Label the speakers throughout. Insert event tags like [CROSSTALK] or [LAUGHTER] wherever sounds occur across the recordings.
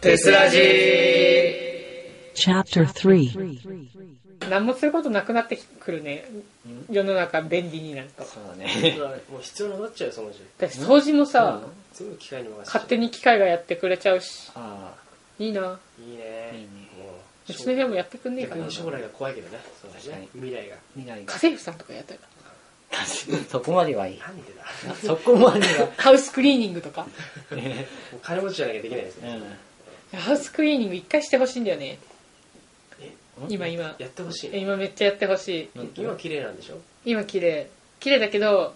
Speaker 1: テスラジー
Speaker 2: Chapter 3
Speaker 1: 何もすることなくなってくるね世の中便利になると
Speaker 3: そうだね。
Speaker 4: もう必要なくなっちゃうよそのうち
Speaker 1: だし掃除もさ、
Speaker 4: 全部機械に任せ
Speaker 1: 勝手に機械がやってくれちゃうし
Speaker 3: あ
Speaker 1: いいない
Speaker 4: いね
Speaker 3: いいね
Speaker 4: も
Speaker 1: うちの部屋もやってくんねえか
Speaker 4: 逆
Speaker 1: な
Speaker 4: に将来が怖いけどねそうだね未来が
Speaker 3: あ、未来
Speaker 1: 家
Speaker 3: が。
Speaker 1: 政婦さんとかやったら
Speaker 3: そこまではいい。
Speaker 4: なんでだ
Speaker 3: そこまでは。
Speaker 1: ハウスクリーニングとか
Speaker 4: もう金持ちじゃなきゃできないです
Speaker 3: う
Speaker 4: ね、
Speaker 3: ん。
Speaker 1: ハウスクリーニング一回してほしいんだよね
Speaker 4: え
Speaker 1: 今今
Speaker 4: やってほしいね
Speaker 1: 今めっちゃやってほしい
Speaker 3: なんて
Speaker 4: 今綺麗なんでしょ
Speaker 1: 今綺麗綺麗だけど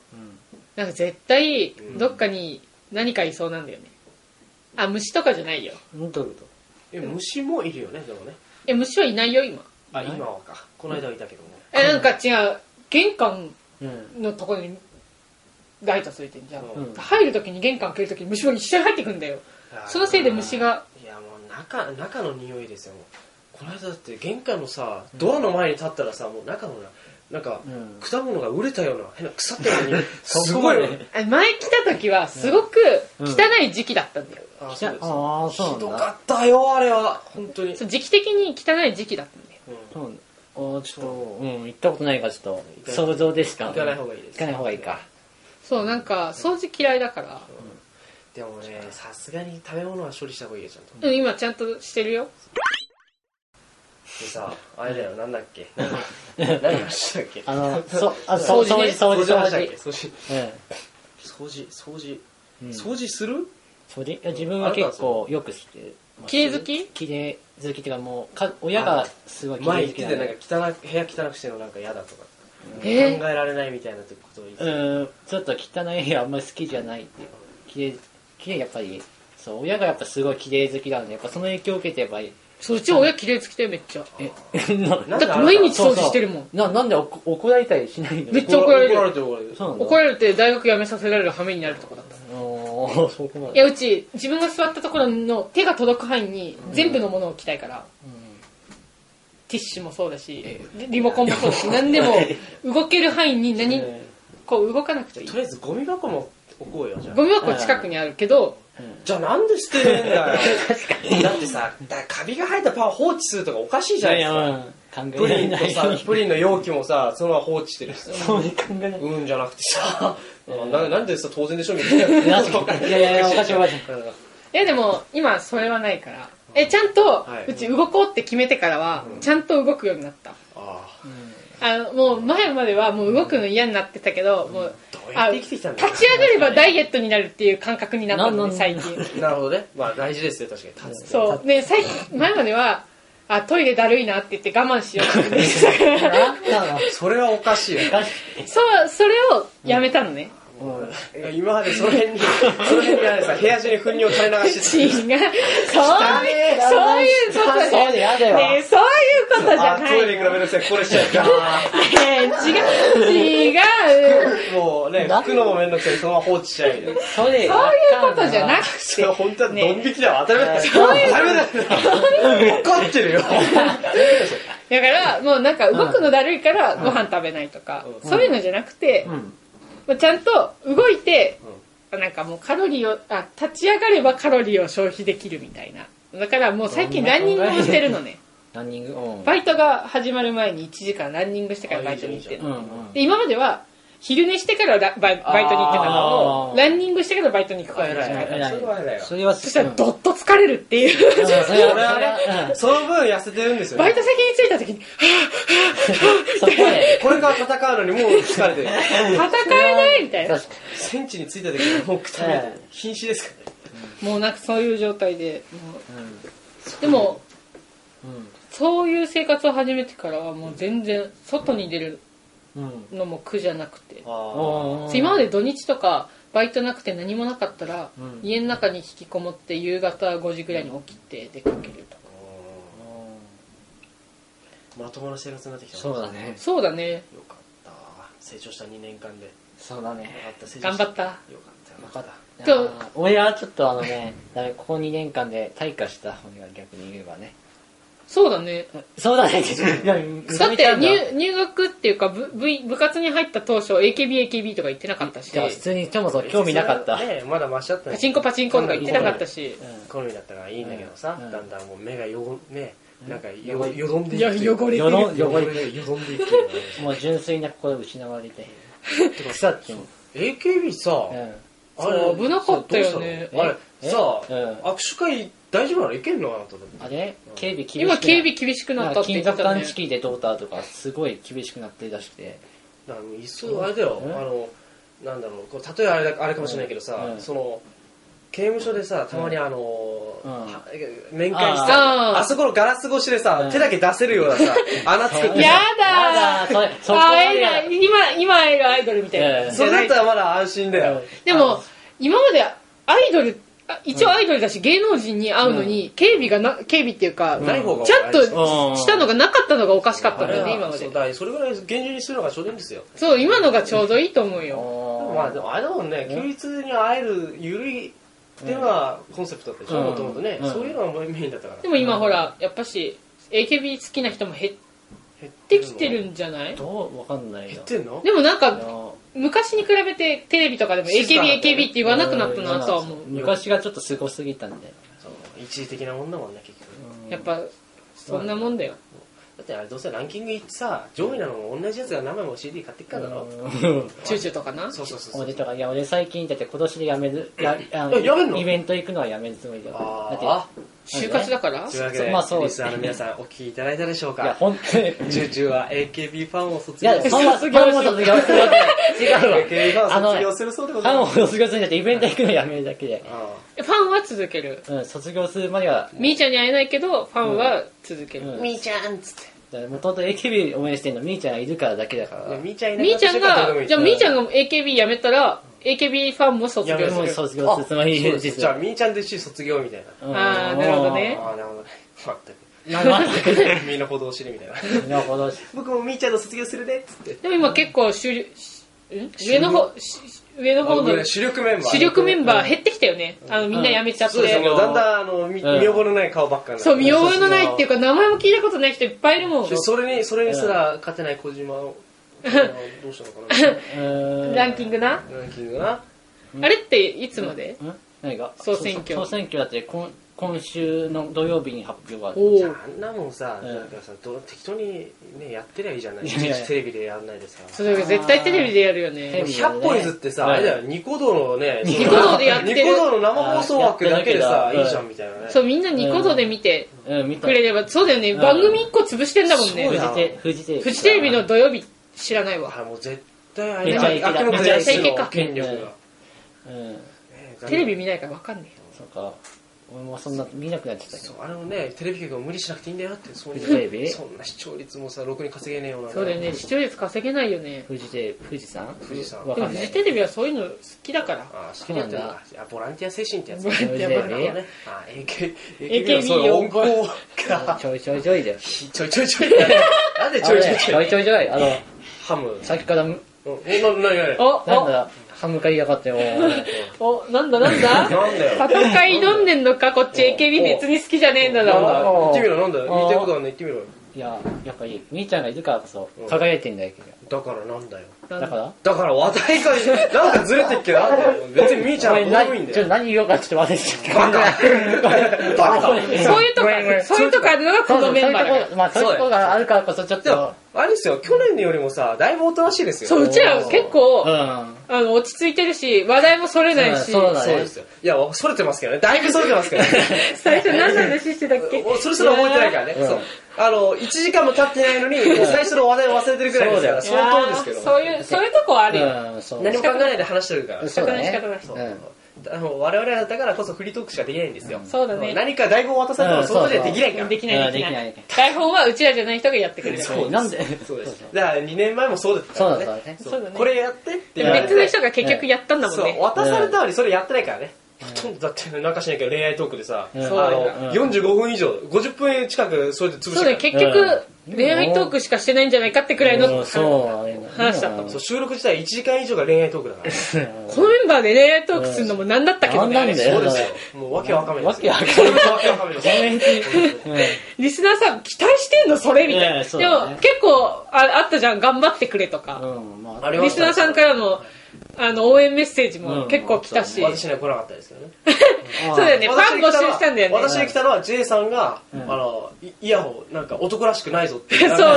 Speaker 1: なんか絶対どっかに何かいそうなんだよねあ虫とかじゃないよ
Speaker 3: うん。どういうこ
Speaker 4: え虫もいるよねでもね
Speaker 1: え虫はいないよ今
Speaker 4: あ
Speaker 3: いない
Speaker 4: 今はかこの間はいたけども
Speaker 1: えなんか違う玄関
Speaker 3: とうん。
Speaker 1: のとこにライトついてんじゃん、
Speaker 4: うん
Speaker 1: 入るときに玄関開けるときに虫も一緒に入ってくんだよ
Speaker 4: あー
Speaker 1: そのせいで虫が
Speaker 4: いやもう中中の匂いですよもうこの間だって玄関のさドアの前に立ったらさもう中のななんか、
Speaker 3: うん
Speaker 4: 果物が売れたような変な腐ったようにす
Speaker 3: [LAUGHS] そ
Speaker 4: ご
Speaker 3: こま
Speaker 4: い
Speaker 3: で
Speaker 4: よね
Speaker 1: あ前来たときはすごく汚い時期だったんだよ、
Speaker 4: あー
Speaker 3: いや
Speaker 4: です
Speaker 3: ああ、そう
Speaker 4: ひど
Speaker 3: なん
Speaker 4: か
Speaker 3: だ。
Speaker 4: ったよあれは本当に、うん
Speaker 1: そう時期的に汚い時期だったんだよ
Speaker 3: そうなんだ。おーちょっと、うん、行ったことないからちょっと、
Speaker 4: 行かない
Speaker 3: 想像でしか。
Speaker 4: 行かない方がいいです
Speaker 3: 行かない方がいいか。
Speaker 1: そうなんか掃除嫌いだから、
Speaker 4: でもねさすがに食べ物は処理した方がいいよちゃんと
Speaker 1: うん、今ちゃんとしてるよ
Speaker 4: でさあれだよなんだっけ何の話だっけ [LAUGHS]
Speaker 3: あの、そ、あ、そう、
Speaker 1: 掃除
Speaker 4: の
Speaker 3: 掃除、掃除、
Speaker 1: ね
Speaker 3: 掃
Speaker 4: 話だっけ
Speaker 3: 除。
Speaker 4: 掃除
Speaker 3: うん。
Speaker 4: 掃除掃除
Speaker 3: うん
Speaker 4: 掃除する
Speaker 3: 掃除いや自分は結構よくしてます
Speaker 1: 綺麗好き
Speaker 3: 綺麗好きっていうかもうか親がすごい綺
Speaker 4: 前
Speaker 3: 麗
Speaker 4: 言
Speaker 3: 好
Speaker 4: って
Speaker 3: きな
Speaker 4: て
Speaker 3: ん
Speaker 4: なん
Speaker 3: で
Speaker 4: か汚く部屋汚くしてるのなんか嫌だとか考
Speaker 1: え
Speaker 4: え
Speaker 1: ー、
Speaker 4: られないみたいなことを言って
Speaker 3: うーんちょっと汚い部屋あんまり好きじゃないっていう綺麗綺麗やっぱりそう親がやっぱすごい綺麗好きなんでやっぱその影響を受けてやっぱり
Speaker 1: そううち親綺麗好きだよめっちゃ
Speaker 3: え
Speaker 4: な
Speaker 1: だ
Speaker 4: ん
Speaker 1: って
Speaker 4: であなた
Speaker 1: 毎日掃除してるもん
Speaker 3: ななんでおこ怒られたりしないの
Speaker 1: めっちゃ怒られる
Speaker 4: 怒られて怒られる
Speaker 3: そうなんだ
Speaker 1: 怒られて大学辞めさせられる羽目になるとこだった
Speaker 3: おーそこま
Speaker 1: い
Speaker 3: で
Speaker 1: やうち自分が座ったところの手が届く範囲に全部のものを置きたいから、ティッシュもそうだしリモコンもそうだし何でも動ける範囲に何
Speaker 3: え
Speaker 1: こう動かなくていい
Speaker 4: とりあえずゴミ箱も置こうよじゃあ
Speaker 1: ゴミ箱近くにあるけど
Speaker 4: じゃあなんで捨てねえんだよ確かにだってさだカビが生えたパンを放置するとかおかしい
Speaker 3: ー
Speaker 4: じゃない
Speaker 3: い
Speaker 4: で
Speaker 3: や
Speaker 4: す
Speaker 3: い
Speaker 4: か
Speaker 3: やうん考
Speaker 4: プリ
Speaker 3: え
Speaker 4: ン
Speaker 3: な
Speaker 4: と
Speaker 3: い
Speaker 4: さプリンの容器もさそのまま放置してるしさ
Speaker 3: そう考えない
Speaker 4: うんじゃなくてさななんでさ当然でしょみたいな
Speaker 3: 確かにいやいやいやおかしいおかしい
Speaker 1: いやでも今それはないからえちゃんと
Speaker 4: はいう
Speaker 1: ち動こうって決めてからはちゃんと動くようになった
Speaker 4: ああ
Speaker 1: あのもう前まではもう動くの嫌になってたけどもう
Speaker 4: どうやっ
Speaker 1: あ
Speaker 4: て生きてきたんだろう
Speaker 1: 立ち上がればダイエットになるっていう感覚になったのね
Speaker 3: な
Speaker 1: 最近
Speaker 4: なるほどねまあ大事ですよ確かに立つって
Speaker 1: そう。ね、最近、前までは、あ、トイレだるいなって言って我慢しようって言ってたか
Speaker 3: なんなの
Speaker 4: それはおかしいよ
Speaker 3: おかし
Speaker 1: らそう、それをやめたのね。
Speaker 3: いうん
Speaker 4: 今までその辺にその辺にあれさ部屋中に糞尿垂れ流して
Speaker 1: 違う。そういう、そういうことじ
Speaker 3: そう
Speaker 1: ゃ
Speaker 3: でやだよ
Speaker 1: ねえそういうことじ
Speaker 4: あ
Speaker 1: ゃ
Speaker 4: ト
Speaker 1: な
Speaker 4: イ
Speaker 1: い。
Speaker 4: レ
Speaker 1: ね
Speaker 4: 比べるせこれしちゃった
Speaker 1: え違う、違う。
Speaker 4: もうね
Speaker 3: な
Speaker 4: 拭くのもめんどくさいそのまま放置しちゃうみたいな
Speaker 3: それ
Speaker 1: そういうことじゃなく
Speaker 4: それ
Speaker 1: て。
Speaker 4: 本当はドン引きだわ当たり前だ
Speaker 1: そういう
Speaker 4: 当たり前だよ怒ってるよ
Speaker 1: だから、もうなんか動くのだるいからご飯食べないとか、
Speaker 4: うん
Speaker 1: そういうのじゃなくて、
Speaker 3: うん
Speaker 1: もうちゃんと動いて、なんかもうカロリーをあ立ち上がればカロリーを消費できるみたいなだからもう最近ランニングをしてるのね
Speaker 3: ランニングうん
Speaker 1: バイトが始まる前に1時間ランニングしてからバイトに行ってる
Speaker 3: うん
Speaker 1: で今までは昼寝してからラバイバイトに行ってたの
Speaker 3: あ
Speaker 1: を
Speaker 3: ー
Speaker 1: ランニングしてからバイトに行くから
Speaker 4: 偉い偉い
Speaker 3: 偉い
Speaker 4: それは偉いわ
Speaker 3: それは
Speaker 1: そしたら
Speaker 3: うん
Speaker 1: どっと疲れるってい
Speaker 3: [LAUGHS]
Speaker 1: う
Speaker 3: うんそれ
Speaker 4: 俺は
Speaker 3: は
Speaker 4: ねその分痩せてるんですよね
Speaker 1: バイト先に着いた時に
Speaker 3: そこで
Speaker 4: これから戦うのにもう疲れてる
Speaker 1: 戦えないみたいな
Speaker 3: 確か
Speaker 4: 戦地に着いた時にもうくたびれてる瀕死ですからね
Speaker 1: もうなんかそういう状態でもう
Speaker 3: に
Speaker 1: でも
Speaker 3: う
Speaker 1: そういう生活を始めてからはもう全然外に出る
Speaker 3: んうん
Speaker 1: のも苦じゃなくて
Speaker 4: あ
Speaker 3: うん
Speaker 1: 今まで土日とかバイトなくて何もなかったら、
Speaker 3: うん
Speaker 1: 家の中に引きこもって夕方5時ぐらいに起きて出かけるとか
Speaker 4: まともな生活になってきた
Speaker 3: そうだね
Speaker 1: そうだね
Speaker 4: よかった成長した2年間でよ
Speaker 3: そうだね
Speaker 4: かった成長
Speaker 1: 頑
Speaker 4: し
Speaker 1: 張った
Speaker 4: よかったよ
Speaker 3: 分
Speaker 4: か
Speaker 3: か
Speaker 4: っ
Speaker 3: ったた
Speaker 1: と
Speaker 3: あー俺はちょっとあのねだめここ2年間で退化した俺が逆に言えばね
Speaker 1: そうだね。
Speaker 3: そうだね。いや、
Speaker 1: だっ
Speaker 3: 認め
Speaker 1: て
Speaker 3: たん
Speaker 1: 入入学っていうか部部部活に入った当初 AKB、AKB とか言ってなかったし
Speaker 3: い、や、普通に、そもそも興味なかった。
Speaker 4: ねまだマシだった
Speaker 1: パチンコパチンコとか言ってなかったし、
Speaker 4: 好みだったからいいんだけどさ、
Speaker 3: うん
Speaker 4: だんだんもう目がよごねなんかよ
Speaker 3: 汚
Speaker 4: よ
Speaker 3: れ
Speaker 4: どんでいくというか
Speaker 1: いや
Speaker 3: よどん
Speaker 4: よ
Speaker 3: 汚
Speaker 4: ど
Speaker 3: れ
Speaker 4: んでいくというかね
Speaker 3: うんもう純粋な心を失われて。腐っても。
Speaker 4: AKB さ、
Speaker 3: うん。
Speaker 4: あ
Speaker 1: そう
Speaker 4: れ
Speaker 1: 危なかったよね
Speaker 4: そうどうしたのあれ
Speaker 3: えう
Speaker 4: さ、握
Speaker 3: ん
Speaker 4: 手会大丈夫なのいけんのかなと思って
Speaker 3: あれ警備厳しくな
Speaker 1: 今警備厳しくなったって言
Speaker 3: 金
Speaker 1: って
Speaker 3: 属
Speaker 1: た
Speaker 3: 探
Speaker 1: ね
Speaker 3: 知。機でどうだとか、すごい厳しくなってるらしくて。
Speaker 4: だからもういっそあれだよ、
Speaker 3: うん
Speaker 4: あのなんだろうこう例えばあれだあれかもしれないけどさ、
Speaker 3: うん
Speaker 4: その刑務所でさたまにあの、
Speaker 3: うん
Speaker 4: は面会して
Speaker 1: あ
Speaker 4: あ
Speaker 1: ー
Speaker 4: そこのガラス越しでさ、
Speaker 3: うん
Speaker 4: 手だけ出せるような
Speaker 3: [LAUGHS]
Speaker 4: さ穴作って
Speaker 1: や
Speaker 4: さ
Speaker 1: だ
Speaker 3: やだそれ、そこ
Speaker 1: あ
Speaker 3: ま
Speaker 1: 会
Speaker 3: で
Speaker 1: え
Speaker 3: や
Speaker 1: ない。今、今会えるアイドルみたい
Speaker 3: え
Speaker 1: な。
Speaker 3: え
Speaker 4: それだったらまだ安心だよ、
Speaker 3: うん
Speaker 1: でも、今までアイドル、あ一応アイドルだし、芸能人に会うのに、警備がな、警備っていうか、
Speaker 4: ん
Speaker 1: ちゃ
Speaker 4: ない方が
Speaker 1: んと
Speaker 3: うん
Speaker 1: したのがなかったのがおかしかった
Speaker 4: あ
Speaker 1: んだ
Speaker 4: れ
Speaker 1: よ
Speaker 4: は
Speaker 1: ね、今ま
Speaker 4: そう
Speaker 1: で。
Speaker 4: だからそれぐらい厳重にするのがちょうどいいんですよ
Speaker 1: そう、今のがちょうどいいと思うよ。
Speaker 4: でも
Speaker 3: お
Speaker 4: まあ
Speaker 3: ー
Speaker 4: でもあれだもんね休日に会えるゆるいっていうのがコンセプトだったでしょ
Speaker 3: うん
Speaker 4: もともとね、
Speaker 3: うん
Speaker 4: そういうのがメインだったから
Speaker 1: でも今ほら、やっぱし、AKB 好きな人も減っ
Speaker 4: 減って
Speaker 1: きてるんじゃない
Speaker 3: どうわかんない
Speaker 4: 減っ
Speaker 3: よ。
Speaker 4: てんの
Speaker 1: でもなん
Speaker 3: あ
Speaker 1: か、
Speaker 3: の
Speaker 1: 昔に比べてテレビとかでも
Speaker 4: 静かだ
Speaker 1: AKB、
Speaker 4: ったね
Speaker 1: AKB って言わなくなったなとは思う。
Speaker 3: 昔がちょっとすごすぎたんで。
Speaker 4: そう一時的なもんだもんね結局、
Speaker 1: やっぱ、そんなもんだよ。
Speaker 4: だってあれどうせランキングいってさ上位なのも同じやつが何枚も CD 買ってっからだろ、
Speaker 3: うん
Speaker 1: チューチューとかな。
Speaker 4: そうそうそう
Speaker 3: 俺とか、いや、俺最近、だって今年でやめる、や、あ
Speaker 4: えやめんの
Speaker 3: イベント行くのはやめるつもりだよ。だって、
Speaker 4: ああ
Speaker 1: 就活だから
Speaker 4: というわけで、
Speaker 3: まあそう
Speaker 4: リスナーの皆さんお聞きいただいたでしょう
Speaker 3: いや、
Speaker 4: か
Speaker 3: 本当に。
Speaker 4: ジュジュは AKB ファンを
Speaker 3: い
Speaker 4: 卒業
Speaker 3: や、
Speaker 4: す
Speaker 3: ファ
Speaker 4: る [LAUGHS]
Speaker 3: ンは、ファンも卒業するわけ。違うわ。
Speaker 4: AKB ファンを卒業するそうで
Speaker 3: フ
Speaker 4: ござい
Speaker 3: ァン
Speaker 4: ま
Speaker 3: を
Speaker 4: す
Speaker 3: 卒業するんじゃって、イベント行くのやめるだけで。
Speaker 4: あ
Speaker 1: ファンは続ける。
Speaker 3: うん、卒業するまでは、
Speaker 1: みーちゃんに会えないけど、ファンは続け
Speaker 3: う
Speaker 1: る。
Speaker 4: あ
Speaker 3: ん。
Speaker 4: みーちゃんっつって
Speaker 3: もともと AKB 応援してんの、みーちゃんがいるからだけだから。
Speaker 4: いやみーちゃんいな
Speaker 1: みーちゃんが、じゃあみーちゃ
Speaker 4: ん
Speaker 1: んが AKB 辞めたら、AKB ファンも卒業
Speaker 4: や
Speaker 1: す
Speaker 4: め
Speaker 3: もう
Speaker 1: る。
Speaker 3: 卒業するつもりです
Speaker 4: じゃあみーちゃんと一緒に卒業みたいな
Speaker 3: うん
Speaker 1: あーなるほどね
Speaker 4: ああなるほどねまった
Speaker 3: なまったく。
Speaker 4: くみんな歩道知るみたいな
Speaker 3: なるほど。
Speaker 4: 僕もみーちゃんと卒業するねっつって
Speaker 1: でも今結構主流、しん上の方、し上の
Speaker 4: あ
Speaker 1: 方
Speaker 4: 僕
Speaker 1: の
Speaker 4: ね主力メンバー
Speaker 1: 主力メンバー減ってきたよね。あの、みんな辞めちゃって
Speaker 4: そうです。よ、もうだんだん、あの、み見
Speaker 3: うん
Speaker 4: 覚えのない顔ばっかり
Speaker 1: そう、見
Speaker 4: 見
Speaker 1: 覚えのないっていうか、名前も聞いたことない人いっぱいいるもん。
Speaker 4: それに、それにすら勝てない小島を、あのどうしたの
Speaker 1: [LAUGHS]
Speaker 4: かな
Speaker 3: うん
Speaker 1: ランキングな。
Speaker 4: ランキングな。
Speaker 1: あれっていつまで
Speaker 3: ん何が
Speaker 1: 総選挙
Speaker 3: 総総選挙だって、今今週の土曜日に発表がある。
Speaker 1: お
Speaker 4: じゃ
Speaker 1: お
Speaker 4: あ、。あんなもんさ、
Speaker 3: うん
Speaker 4: なんかさ、どう適当にね、やってりゃいいじゃない。い
Speaker 3: い
Speaker 4: ち
Speaker 3: やいや
Speaker 4: いちテレビでやんないでさ。
Speaker 1: それ絶対テレビでやるよ
Speaker 3: テレ
Speaker 1: ね。
Speaker 3: ビ
Speaker 4: 100歩譲ってさ、あれだよ、ニコ動のね、
Speaker 3: ニ
Speaker 1: コ動でやってる
Speaker 4: ニコ動の生放送枠だけでさ
Speaker 3: あ、ー
Speaker 4: い
Speaker 3: やってるけど
Speaker 4: いじゃんみたいなね。
Speaker 1: そう、みんなニコ動で見て
Speaker 3: うん、見た
Speaker 1: く。れれば、そうだよね。
Speaker 3: ん
Speaker 1: 番組1個潰してんだもん
Speaker 4: そうだ。
Speaker 1: ね
Speaker 3: フジテフジテレビ。
Speaker 1: フジテレビの土曜日知らないわ。
Speaker 4: あ、もう絶対あ
Speaker 3: め
Speaker 4: れ
Speaker 3: ちゃイケ
Speaker 4: だ、
Speaker 3: だ
Speaker 4: 悪の
Speaker 3: めちゃイケ
Speaker 4: の
Speaker 1: か
Speaker 4: 権力が。
Speaker 3: うん。
Speaker 4: ね
Speaker 1: テレビ見ないからわかんねえよ。
Speaker 3: そうか。俺もそんな見なくなっちゃったけ
Speaker 4: そ
Speaker 3: ど
Speaker 4: う。あれもねテレビ局も無理しなくていいんだよってそういう
Speaker 3: テレビ
Speaker 4: そんな視聴率もさろくに稼げねえような
Speaker 1: そうだよね。視聴率稼げないよね。
Speaker 3: フジテレビ、富士山
Speaker 4: 富士山
Speaker 3: わ
Speaker 1: で
Speaker 3: か
Speaker 1: も
Speaker 3: ん
Speaker 1: フ
Speaker 3: ない
Speaker 1: ジ。テレビはそういうの好きだから。
Speaker 4: ああ好きなんだ
Speaker 3: そうなんだ
Speaker 4: いやボランティア精神ってやつ
Speaker 1: ボランティア
Speaker 4: なるほどねああ AK
Speaker 1: AKB
Speaker 4: のそういう温厚か
Speaker 3: ちょいちょいちょいだよ。
Speaker 4: ちょいちょいちょいなんでちょいちょいち
Speaker 3: あ
Speaker 4: ょ
Speaker 3: れ
Speaker 4: い
Speaker 3: ちょいちょい。あの、
Speaker 4: ハム
Speaker 3: さっきから、なん
Speaker 4: うんおななな
Speaker 1: お、
Speaker 4: な
Speaker 1: お、
Speaker 3: だ、歯向かいやがってよ。
Speaker 1: [LAUGHS] お、なんだなん [LAUGHS] だ
Speaker 4: なんだよ
Speaker 1: 戦い挑んでんのかこっち AKB 別に好きじゃねえんだ
Speaker 4: なん
Speaker 1: ろ
Speaker 4: だ
Speaker 3: おお
Speaker 4: 言ってみろなんだ
Speaker 3: お
Speaker 4: 言いたいことあるね言ってみろ
Speaker 3: いや、やっぱり、みーちゃんがいるからこそ
Speaker 4: うん、
Speaker 3: 輝いてんだよ、結局
Speaker 4: だからなんだよ
Speaker 1: なん
Speaker 3: だから
Speaker 4: だから話題がなんかずれてっけどなんだよ別にみーちゃんはどうでもいいん
Speaker 3: 何、
Speaker 4: だ
Speaker 3: ちょ
Speaker 4: よ
Speaker 3: っと何言おうかちょっと忘れちゃ [LAUGHS] った。
Speaker 4: バカバカ
Speaker 1: そういうと
Speaker 3: ご
Speaker 1: こ
Speaker 3: めんごめ、ん
Speaker 1: そういうとこあるのがこのメンバー
Speaker 3: そういう
Speaker 1: だか
Speaker 3: とこまあ、そういうとこがあるからこそ、ちょっ
Speaker 4: でも
Speaker 3: と、、
Speaker 4: あれですよ、去年よりもさ、だいぶおとなしいです
Speaker 1: ら。
Speaker 4: よ。
Speaker 1: そう、うちら結構、
Speaker 3: うん。
Speaker 1: あの、落ち着いてるし、話題もそれないし、
Speaker 3: そうだ
Speaker 4: そう
Speaker 3: ね
Speaker 4: で。すよ。いや、それてますけどね。だいぶそれてますけどね。
Speaker 1: 最初何の話してたっけ
Speaker 4: おそれすら覚えてないからね。
Speaker 3: うん
Speaker 4: そう。あの、1時間も経ってないのに、最初の話題を忘れてるくらいですから、
Speaker 1: いやー
Speaker 4: 相当ですけど。
Speaker 1: そういう、そういうとこはあるよ。
Speaker 3: うん、そう。
Speaker 4: 何も考えないで話してるから。
Speaker 3: そうだね
Speaker 1: 仕方ない仕
Speaker 4: そ
Speaker 1: 方
Speaker 4: う
Speaker 3: う
Speaker 4: あの我々はだからこそフリートークしかできないんですよ。
Speaker 1: そうだね
Speaker 4: 何か台本を渡されたらそこではできないから。
Speaker 1: できない、でき
Speaker 3: うんでき
Speaker 1: な
Speaker 3: ないいでき。
Speaker 1: 台本はうちらじゃない人がやってくれる。
Speaker 3: ん。なんで
Speaker 4: そうです。だから2年前もそうだったか
Speaker 3: そう
Speaker 4: ら
Speaker 3: だ
Speaker 4: ね。
Speaker 3: そうだね。
Speaker 1: そうだね
Speaker 4: これやってって言われて。
Speaker 1: 別の人が結局やったんだもん
Speaker 4: そう
Speaker 1: ね。
Speaker 4: 渡されたのにそれやってないからね、ほとんどだってなんかしないけど恋愛トークでさ、
Speaker 3: うん
Speaker 4: あ
Speaker 1: そう
Speaker 4: の
Speaker 1: だよ
Speaker 3: うん
Speaker 4: 45分以上50分近くそれで潰し
Speaker 1: そ
Speaker 4: て
Speaker 1: うだね、
Speaker 4: から
Speaker 1: 結局、恋愛トークしかしてないんじゃないかってくらい
Speaker 3: そ
Speaker 1: の
Speaker 3: う、そう、あれ
Speaker 1: 話だったもん
Speaker 4: そう収録自体1時間以上が恋愛トークだから。そ
Speaker 1: このメンバーで恋愛トークするのもなんだったけどね、
Speaker 3: なん
Speaker 1: あ
Speaker 3: なん
Speaker 1: れ
Speaker 3: だよ
Speaker 4: うですよ。もうわけわかめですよ。
Speaker 3: わけわかめ
Speaker 4: わけわかめですよ。
Speaker 1: リスナーさん期待してんのそれみたい
Speaker 3: い
Speaker 1: な。
Speaker 3: やそう
Speaker 1: で
Speaker 3: だね
Speaker 1: も結構ああったじゃん、頑張ってくれとか。
Speaker 3: うん、まあ、
Speaker 4: あれは
Speaker 1: リスナーさんからのあの応援メッセージも結構来たし、
Speaker 4: [LAUGHS] 私には来なかったですけどね。
Speaker 1: そうだよねファン募集したんだよね
Speaker 4: 私に来たのは J さんが、あの、いイヤホン、なんか男らしくないぞ
Speaker 1: [LAUGHS]
Speaker 4: って。そうそう。
Speaker 1: な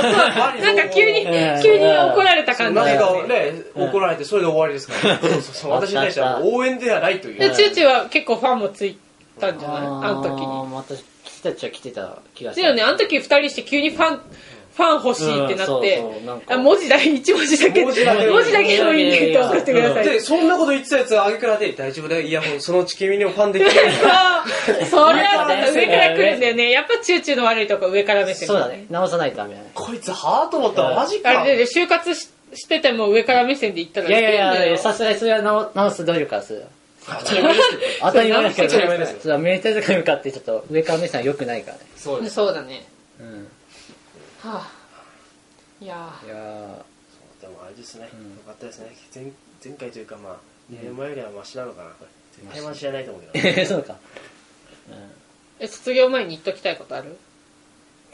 Speaker 1: んか
Speaker 4: [LAUGHS]
Speaker 1: 急に、
Speaker 3: うん
Speaker 1: 急に怒られた
Speaker 4: そう
Speaker 1: 感じだ
Speaker 4: 何
Speaker 1: よ
Speaker 4: か
Speaker 1: ね
Speaker 4: ね、怒られてそれで終わりです [LAUGHS] から、そうそうそう私に対してはもう応援ではないとい
Speaker 1: で
Speaker 4: う。
Speaker 1: チューチューは結構ファンもついたんじゃないあの時に
Speaker 3: また来てたっちゃ来てた気がす
Speaker 1: だ
Speaker 3: る。
Speaker 1: よねあの時二人して急にファンファン欲しいってなって、
Speaker 3: うんそうそうなんか
Speaker 1: あ文字だけ一文字だけ
Speaker 4: 文字だけ
Speaker 1: 文字だけのいいねと送ってください、
Speaker 4: で、そんなこと言ってたやつあげくらで、大丈夫だよ、イヤホン、そのうち君にもファンできるから。
Speaker 1: そうそれはまた上から来るんだよねやっぱチューチューの悪いとこ上から目線
Speaker 3: そうだね。直さないとダメだ
Speaker 4: [LAUGHS]
Speaker 3: ね。
Speaker 4: こいつ、はぁと思ったら、マジか。
Speaker 1: あれで就活ししてても上から目線で言ったら
Speaker 3: いやいやいや、
Speaker 1: さ
Speaker 3: さすがにそれは直直す努力はする。
Speaker 4: 当たり前ですけど
Speaker 3: 当たり前ですけ
Speaker 4: それ直す努力はする
Speaker 3: ど、それは明太子に向かってちょっと上から目線は良くないからね。
Speaker 4: そうです。
Speaker 1: そうだね
Speaker 3: うん。
Speaker 1: はあいやー
Speaker 3: いやー
Speaker 4: でもあれですね、よかったですね。前前回というか、まあ、2年前よりはマシなのかな、これ。絶対マシじゃないと思うけど。
Speaker 1: [LAUGHS]
Speaker 3: え [LAUGHS] そうか。
Speaker 1: え卒業前に言っときたいことある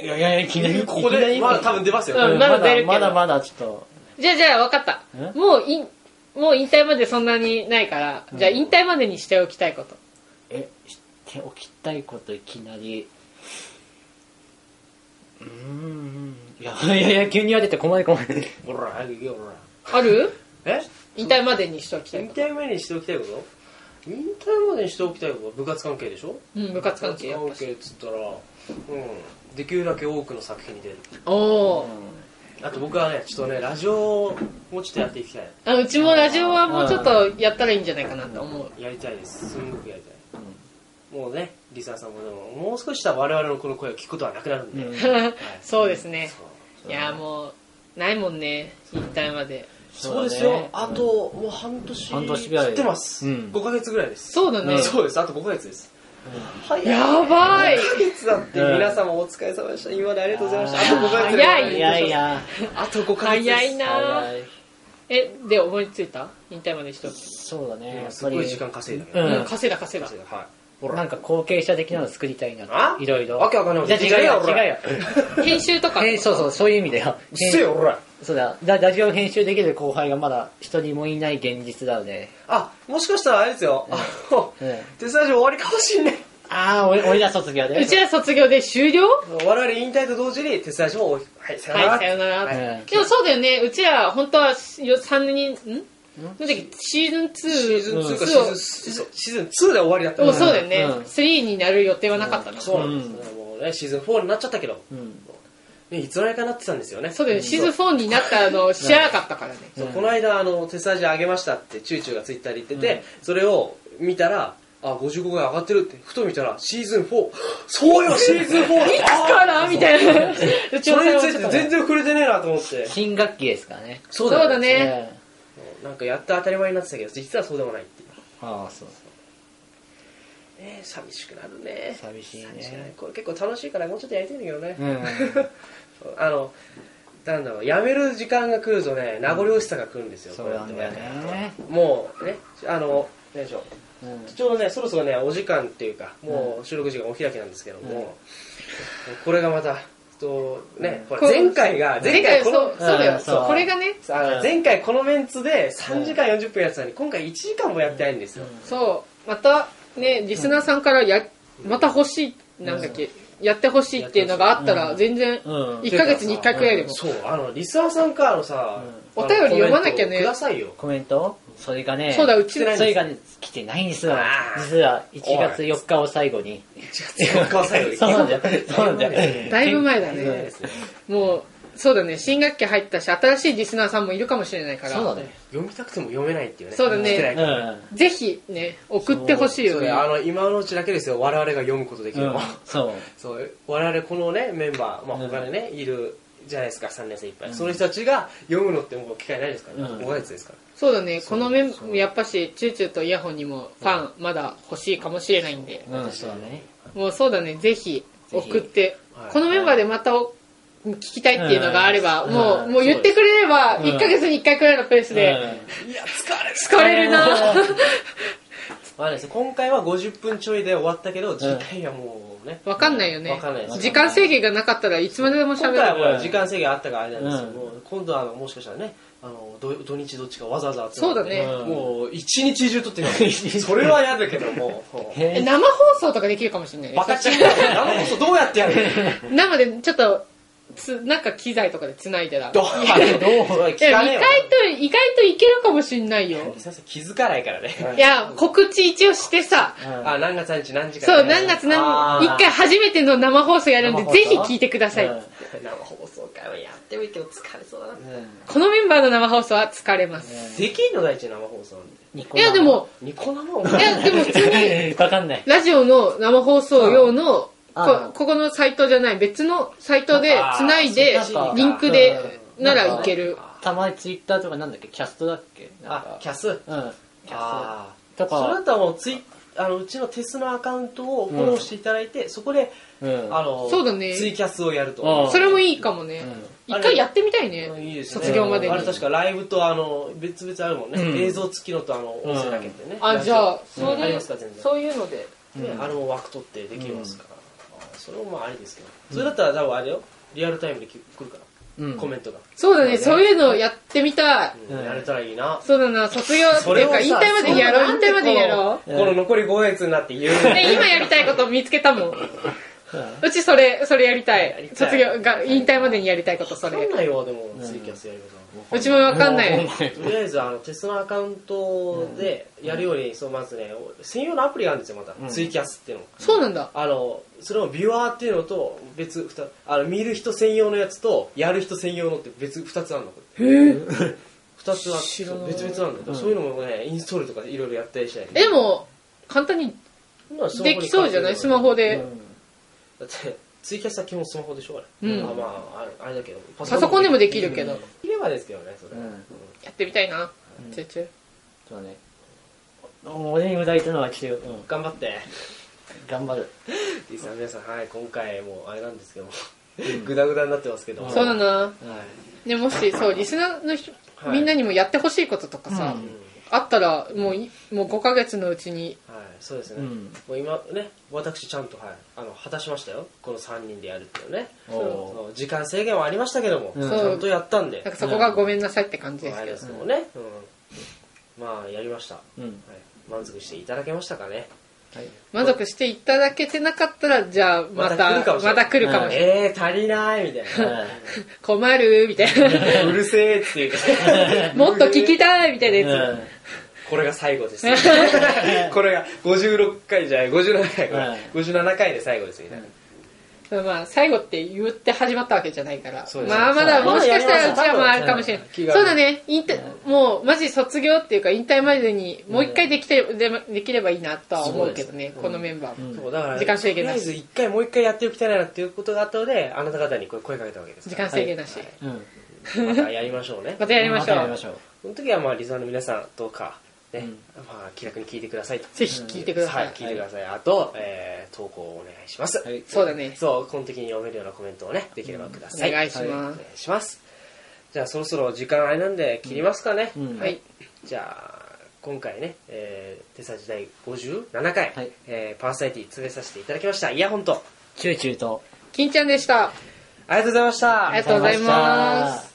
Speaker 3: いやいやいや、気
Speaker 4: [LAUGHS]
Speaker 3: に
Speaker 4: ここで、まあ多分出ますよ。
Speaker 1: うんまだ出るけど
Speaker 3: まだまだちょっと。
Speaker 1: じゃあじゃあ分かった
Speaker 3: え
Speaker 1: もういもう引退までそんなにないから、じゃあ引退までにしておきたいこと
Speaker 3: え、知っておきたいこといきなり。うーん。いやいやいや、急に言われて困る困る。
Speaker 4: ほら、早く行けよ、ほら。
Speaker 3: [LAUGHS]
Speaker 1: ある
Speaker 4: え
Speaker 1: 引退までにしておきたい
Speaker 4: 引
Speaker 1: こ
Speaker 4: 退前にしておきたいこと引退までにしておきたいことは部活関係でしょ
Speaker 1: と、うん、部活関係やっ
Speaker 4: 部
Speaker 1: ぱ
Speaker 4: 活
Speaker 1: し
Speaker 4: 関係っつったら、うん。できるだけ多くの作品に出る。
Speaker 1: おおー、
Speaker 4: あと僕はね、ちょっとね、ラジオもちょっとやっていきたい。
Speaker 1: あうちもラジオはもうちょっとやったらいいんじゃないかなと思う、
Speaker 4: やりたいです。すんごくやりたい。もうね、リサさんもでも、もう少ししたら我々のこの声を聞くことはなくなるんで。
Speaker 1: [LAUGHS]
Speaker 4: はい
Speaker 1: そうですね
Speaker 4: そう
Speaker 1: いやーもうないもんね引退まで
Speaker 4: そうです
Speaker 3: そうだ
Speaker 4: よ
Speaker 3: ね。
Speaker 4: あと、もう半年。
Speaker 3: 半年ぐらい
Speaker 4: 切ってます。
Speaker 3: うん
Speaker 4: 5ヶ月ぐらいです。
Speaker 1: そうだね、
Speaker 4: そうです。あと5ヶ月です。はい。
Speaker 1: や
Speaker 4: 5
Speaker 3: [LAUGHS]
Speaker 1: ばい
Speaker 4: ヶ月だって、
Speaker 3: うん
Speaker 4: 皆様お疲れ様でした。今までありがとうございました。あと5ヶ月で
Speaker 1: 早い
Speaker 3: いやいや。
Speaker 4: あと5ヶ月です。
Speaker 1: 早いなー
Speaker 3: 早い
Speaker 1: えで思いついた引退までにしておき
Speaker 3: そうだね。やっ
Speaker 4: す
Speaker 3: ぱ
Speaker 4: ご
Speaker 3: り
Speaker 4: い時間稼いだけ
Speaker 3: う
Speaker 4: ど。
Speaker 1: うんん、稼いだ稼いだ
Speaker 4: 稼いだはい。
Speaker 3: なんか後継者的なの作りたいな
Speaker 4: あ
Speaker 3: いろいろ。
Speaker 4: わけわかんないこと
Speaker 3: じゃあ違う
Speaker 4: 言
Speaker 3: よ、
Speaker 4: ってんじゃ
Speaker 3: 違
Speaker 4: ね
Speaker 3: うよ。
Speaker 1: 編集とか
Speaker 3: えそうそう、そういう意味だよ。
Speaker 4: うっせえよ、おら。
Speaker 3: そうだ、ララジオ編集できる後輩がまだ一人もいない現実だよね。
Speaker 4: あ、もしかしたらあれですよ。あの
Speaker 3: うん、
Speaker 4: テスラジオ終わりかもしんない。
Speaker 3: ああ、俺俺ら卒業で。
Speaker 1: うちら卒業で終了
Speaker 4: 我々引退と同時にテスラジオも終わり、はい、さよなら。
Speaker 1: はい、さよなら。
Speaker 4: は
Speaker 3: う
Speaker 4: い
Speaker 3: ん
Speaker 1: でもそうだよね、うちら、本当はよ3人、んなんだっけ、シーズン 2,
Speaker 4: シーズン2かシ
Speaker 1: を
Speaker 4: ーズン、シーズン2で終わりだった
Speaker 1: もうそうだよね、
Speaker 3: うん
Speaker 1: 3になる予定はなかったの。
Speaker 4: そうなんですね。もうね、シーズン4になっちゃったけど、
Speaker 3: ん
Speaker 4: ね、いつの間にかなってたんですよね。
Speaker 1: そうだよね、シーズン4になったの知らなかったからね。
Speaker 4: そうこの間、あの、手スラジ上げましたって、チューチューがツイッターで言ってて、それを見たら、あ、55回上がってるって、ふと見たら、シーズン 4! そうよ、シーズン 4!
Speaker 1: かなみたいな。 [LAUGHS] うち
Speaker 4: そ
Speaker 1: の
Speaker 4: れにつ
Speaker 1: 世代
Speaker 4: いて
Speaker 1: はちょっと
Speaker 4: 全然触れてねえなと思って。
Speaker 3: 新学期ですからね。
Speaker 4: そ
Speaker 1: そうだね。
Speaker 4: そうなんかやった当たり前になってたけど、実はそうでもないっていう。
Speaker 3: ああ、そう。
Speaker 4: ね寂しくなるね。
Speaker 3: 寂しいね
Speaker 4: 寂くなるこれ結構楽しいから、もうちょっとやりたいんだけどね。 [LAUGHS]
Speaker 3: うん。
Speaker 4: あの、なんだろう、やめる時間が来るとね、名残惜しさが来るんですよ、
Speaker 3: そうなんだよ
Speaker 4: こうやって
Speaker 3: ね。
Speaker 4: もうね、あの、何でしょ
Speaker 3: うん
Speaker 4: う、ちょうどね、そろそろね、お時間っていうか、もう収録時間お開きなんですけども、これがまた、とね、ほら
Speaker 1: これ
Speaker 4: 前回が、前
Speaker 1: 前
Speaker 4: 回こ
Speaker 1: 回、そ
Speaker 4: の
Speaker 1: う、、そうだよ、
Speaker 3: うん
Speaker 1: そう
Speaker 3: そう
Speaker 1: これがね、
Speaker 4: あの
Speaker 3: うん
Speaker 4: 前回このメンツで3時間40分やってたのに、今回1時間もやってないんですよ。
Speaker 1: そう、また、ね、リスナーさんからや、また欲しい、なんだっけ、やってほしいっていうのがあったら、全然、
Speaker 3: うん
Speaker 1: 1ヶ月に1回くらいでも。
Speaker 4: そう、あの、リスナーさんからのさ、
Speaker 1: うんお便り読まなきゃ
Speaker 4: コメ
Speaker 1: ね
Speaker 4: ントをくださいよ。
Speaker 3: コメントそれがね、
Speaker 1: そうだ、うちら
Speaker 3: それがね、来てないんですよ
Speaker 4: あ。ー
Speaker 3: 実は、1月4日を最後に。
Speaker 4: 4日を最後に
Speaker 3: そうなんだよ。そうなんだよ。
Speaker 1: だいぶ前だ
Speaker 4: そう
Speaker 1: ね
Speaker 4: で。すね
Speaker 1: もう、そうだね、新学期入ったし、新しいリスナーさんもいるかもしれないから、
Speaker 3: そうだね。
Speaker 4: 読みたくても読めないっていうね。
Speaker 1: そうだね
Speaker 4: 来てない
Speaker 3: うん。
Speaker 1: ぜひね、送ってほしいよ
Speaker 4: そう
Speaker 1: ね
Speaker 4: ね。あの今のうちだけですよ我々が読むことできるの、
Speaker 3: うん。そう。
Speaker 4: そう我々このねメンバー、まあ、他でね、いるじゃないですか3年生いっぱい、その人たちが読むのってもう機会ないですから、
Speaker 3: うん
Speaker 4: 5ヶ月ですから
Speaker 1: そうだね、このメン、やっぱし、チューチューとイヤホンにもファン、まだ欲しいかもしれないんで、
Speaker 3: うん、そうだね。
Speaker 1: もうそうだね、ぜひ、
Speaker 3: ぜひ
Speaker 1: 送って
Speaker 4: はい、
Speaker 1: このメンバーでまたお聞きたいっていうのがあれば、
Speaker 3: うん
Speaker 1: もう、
Speaker 3: うん
Speaker 1: もう言ってくれれば、
Speaker 3: うん
Speaker 1: 1ヶ月に1回くらいのペースで、
Speaker 4: いや、疲れる。
Speaker 1: 疲れるな
Speaker 3: うん
Speaker 4: まあですね、今回は50分ちょいで終わったけど、次回はもうね、
Speaker 1: わかんないよね。
Speaker 4: わかんないです
Speaker 1: 時間制限がなかったらいつまででも
Speaker 4: 今
Speaker 1: 喋
Speaker 4: 回は
Speaker 1: る。
Speaker 4: ほら時間制限あったからあれなんですけど、
Speaker 3: う
Speaker 4: 今度はあのもしかしたらね、あの土土日どっちかわざわざ集
Speaker 1: そう
Speaker 4: ま
Speaker 1: だ
Speaker 4: って、
Speaker 1: ね。
Speaker 3: うん
Speaker 4: もう一日中撮ってるそれは嫌だけど
Speaker 1: [LAUGHS]
Speaker 4: も、
Speaker 3: へ
Speaker 1: え
Speaker 3: え
Speaker 1: 生放送とかできるかもしれないね
Speaker 4: バカチンだよ。生放送どうやってや
Speaker 1: [LAUGHS]
Speaker 4: る
Speaker 1: 生でちょっと、つ、なんか機材とかで繋いでら。
Speaker 4: どうやってどう
Speaker 1: いや、
Speaker 4: 聞かねえ
Speaker 1: 意
Speaker 4: よ
Speaker 1: 外と、意外といけるかもしんないよ。
Speaker 4: 先生気づかないからね。
Speaker 1: いや、告知一応してさ、
Speaker 3: うん
Speaker 4: あ、何月何日何時から
Speaker 1: そう、
Speaker 4: ね
Speaker 1: 何月
Speaker 4: あ
Speaker 1: 何、
Speaker 4: ー
Speaker 1: 一回初めての生放送やるんで、
Speaker 3: 生放
Speaker 1: ぜ
Speaker 3: 送
Speaker 1: ひ聞いてください。
Speaker 3: うん
Speaker 4: 生放送会はやってもいいけど疲れそうだな。
Speaker 1: このメンバーの生放送は疲れます。
Speaker 4: できんの第一生放送なんで。
Speaker 3: ニコ
Speaker 1: いや、でも、
Speaker 4: ニコ生を。
Speaker 1: いや、でも普通に、
Speaker 3: わ [LAUGHS] かんない。
Speaker 1: ラジオの生放送用の、
Speaker 3: ああ
Speaker 1: こここのサイトじゃない、別のサイトで
Speaker 4: ああ
Speaker 1: 繋いで
Speaker 3: そっちか、
Speaker 1: リンクで、
Speaker 3: うん
Speaker 1: ならいける。
Speaker 3: たまにツイッターとかなんだっけキャストだっけなん
Speaker 4: あ
Speaker 3: か、
Speaker 4: キャス。
Speaker 3: うん。キャ
Speaker 4: あ
Speaker 3: と
Speaker 4: あ。
Speaker 3: か
Speaker 4: それだったらもうツイあのうちのテスのアカウントをフォローしていただいて、そこで、
Speaker 3: スト。うん。
Speaker 4: あの
Speaker 1: そうだね
Speaker 4: ツイキャスをやると
Speaker 3: ああ
Speaker 1: それもいいかもね。
Speaker 4: うん
Speaker 1: 一回やってみたいね。
Speaker 4: いいですね
Speaker 1: 卒業までに
Speaker 4: あれ確かライブとあの別々あるもんね、
Speaker 3: うん
Speaker 4: 映像付きのとあの
Speaker 3: うん
Speaker 4: 音声だけってね、
Speaker 1: あ、じゃあ、
Speaker 4: そ
Speaker 1: そ
Speaker 4: うんあり
Speaker 1: れ
Speaker 4: ますか全然
Speaker 1: そういうので。
Speaker 3: うん
Speaker 4: ねあの枠取ってできますから、ああそれもまあありですけどそれだったら多分あれよリアルタイムで来るから、
Speaker 3: うん
Speaker 4: コメントが、
Speaker 1: そうだね、
Speaker 3: そう
Speaker 1: そう
Speaker 3: ね
Speaker 1: いうのやってみたい。
Speaker 4: うんやれたらいいな、
Speaker 1: そうだな、卒業っていうか、引退までにやろう、引退までにやろ
Speaker 4: この残り5月になって言う
Speaker 1: う。ね、今やりたいこと見つけたもん。うちそれ、それやりた
Speaker 4: やり
Speaker 1: い。
Speaker 4: たい
Speaker 1: 卒業が、引退までにやりたいこと、そ
Speaker 4: わか
Speaker 1: れ
Speaker 4: ん。ないよでもツイキャスやり方、
Speaker 1: うちもわかんない。
Speaker 4: とりあえずあのテスのアカウントでやるように、そうまずね専用のアプリがあるんですよまた、
Speaker 3: うん
Speaker 4: ツイキャスっていうの
Speaker 1: そうなんだ。
Speaker 4: あのそれをビュアーっていうのと別二つあの見る人専用のやつとやる人専用のって別2つあるのこれへ2つあって
Speaker 1: 知らない
Speaker 4: 別々なんだけど、
Speaker 3: うん
Speaker 4: そういうのもねインストールとかいろいろやったりしない
Speaker 1: でも、簡単に
Speaker 4: そんなのスマホ
Speaker 1: で
Speaker 4: に
Speaker 1: きそうじゃないスマホ
Speaker 3: う
Speaker 1: で。
Speaker 3: ん
Speaker 4: だってツイキャスは基本スマホでしょあれ、
Speaker 1: うん
Speaker 4: あまああれあれだけどパ
Speaker 1: パソコンでもでき
Speaker 4: る
Speaker 1: るけど。
Speaker 4: いればですけどねそれ、
Speaker 3: うん
Speaker 1: やってみたいな。ちょいちょい
Speaker 3: そうね。俺に歌いたのは来てよ。うん
Speaker 4: 頑張って
Speaker 3: 頑張る。
Speaker 4: リスナーの皆さんはい今回もうあれなんですけどもグダグダになってますけども
Speaker 1: そうだ
Speaker 4: はい
Speaker 1: な。ね、もし、そう、リスナーの人、
Speaker 4: はい
Speaker 1: みんなにもやってほしいこととかさ、
Speaker 3: うん
Speaker 1: あったら、もうい、もう5ヶ月のうちに、
Speaker 4: はい、そうですね、
Speaker 3: うん
Speaker 4: もう今ね私ちゃんと、はい、あの果たしましたよこの3人でやるっていうね
Speaker 3: おー
Speaker 4: そう時間制限はありましたけども、
Speaker 3: うん
Speaker 4: ちゃんとやったんで
Speaker 1: なんかそこがごめんなさいって感じで
Speaker 4: あ
Speaker 1: す
Speaker 4: れ
Speaker 1: け
Speaker 4: で
Speaker 1: ど。
Speaker 4: すけどね、うんまあやりました、はい、
Speaker 3: うん。
Speaker 4: 満足していただけましたかね
Speaker 3: はい。
Speaker 1: 満足していただけてなかったら、じゃあ、また、また来るかもしれない。
Speaker 4: えー、足りないみたい
Speaker 1: [LAUGHS]
Speaker 4: な、
Speaker 1: 困るみたい
Speaker 4: [LAUGHS] うるせえっていうか
Speaker 1: な。もっと聞きたいみたいなや
Speaker 4: これが最後です、これが56回じゃない57回、
Speaker 3: はい
Speaker 4: 57回で最後ですみたいな、
Speaker 1: つ。まあ、最後って言って始まったわけじゃないから。
Speaker 4: そうですね
Speaker 1: まあ、まだ、
Speaker 4: そう
Speaker 1: もしかしたらうちはもうあるかもしれない。
Speaker 4: 気
Speaker 1: そ
Speaker 4: が
Speaker 1: うだね。引退、もう、マジ卒業っていうか、引退までに、もう一回できて、でできればいいなとは思うけどね、このメンバーも。
Speaker 3: うん
Speaker 4: そうだから
Speaker 1: 時間制限
Speaker 4: とり
Speaker 1: な
Speaker 4: あ
Speaker 1: し
Speaker 4: えず一回もう一回やっておきたいなっていうことがあったのであなた方にこれ声かけたわけです
Speaker 1: 時
Speaker 4: から
Speaker 1: 間制限なし。
Speaker 3: うん。
Speaker 4: またやりまし
Speaker 1: [LAUGHS]
Speaker 4: ょうね
Speaker 1: またやりましょ
Speaker 3: やり
Speaker 1: う
Speaker 3: ま。しょう。
Speaker 4: その時はまあリスナーの皆さんどうかね、まあ気楽に聞いてくださいと
Speaker 1: ぜひ聞いてください
Speaker 4: は聞いてください、あと、えー投稿をお願いします、
Speaker 3: はい。
Speaker 1: そうだね。
Speaker 4: そうこの時に読めるようなコメントをねできればくだ
Speaker 1: お
Speaker 4: さい、
Speaker 1: 願いしま
Speaker 4: お願。
Speaker 1: す
Speaker 4: いしますじゃあそろそろ時間あれなんで切りますかね、
Speaker 3: うん
Speaker 1: はい。
Speaker 4: じゃあ今回ね、えー、手差し第57回、
Speaker 3: はい
Speaker 4: えーパーソナリティ詰めさせていただきましたイヤホンと
Speaker 3: チューチューと。
Speaker 1: 金ちゃんでした。
Speaker 4: ありがとうございました
Speaker 1: ありがとうございます。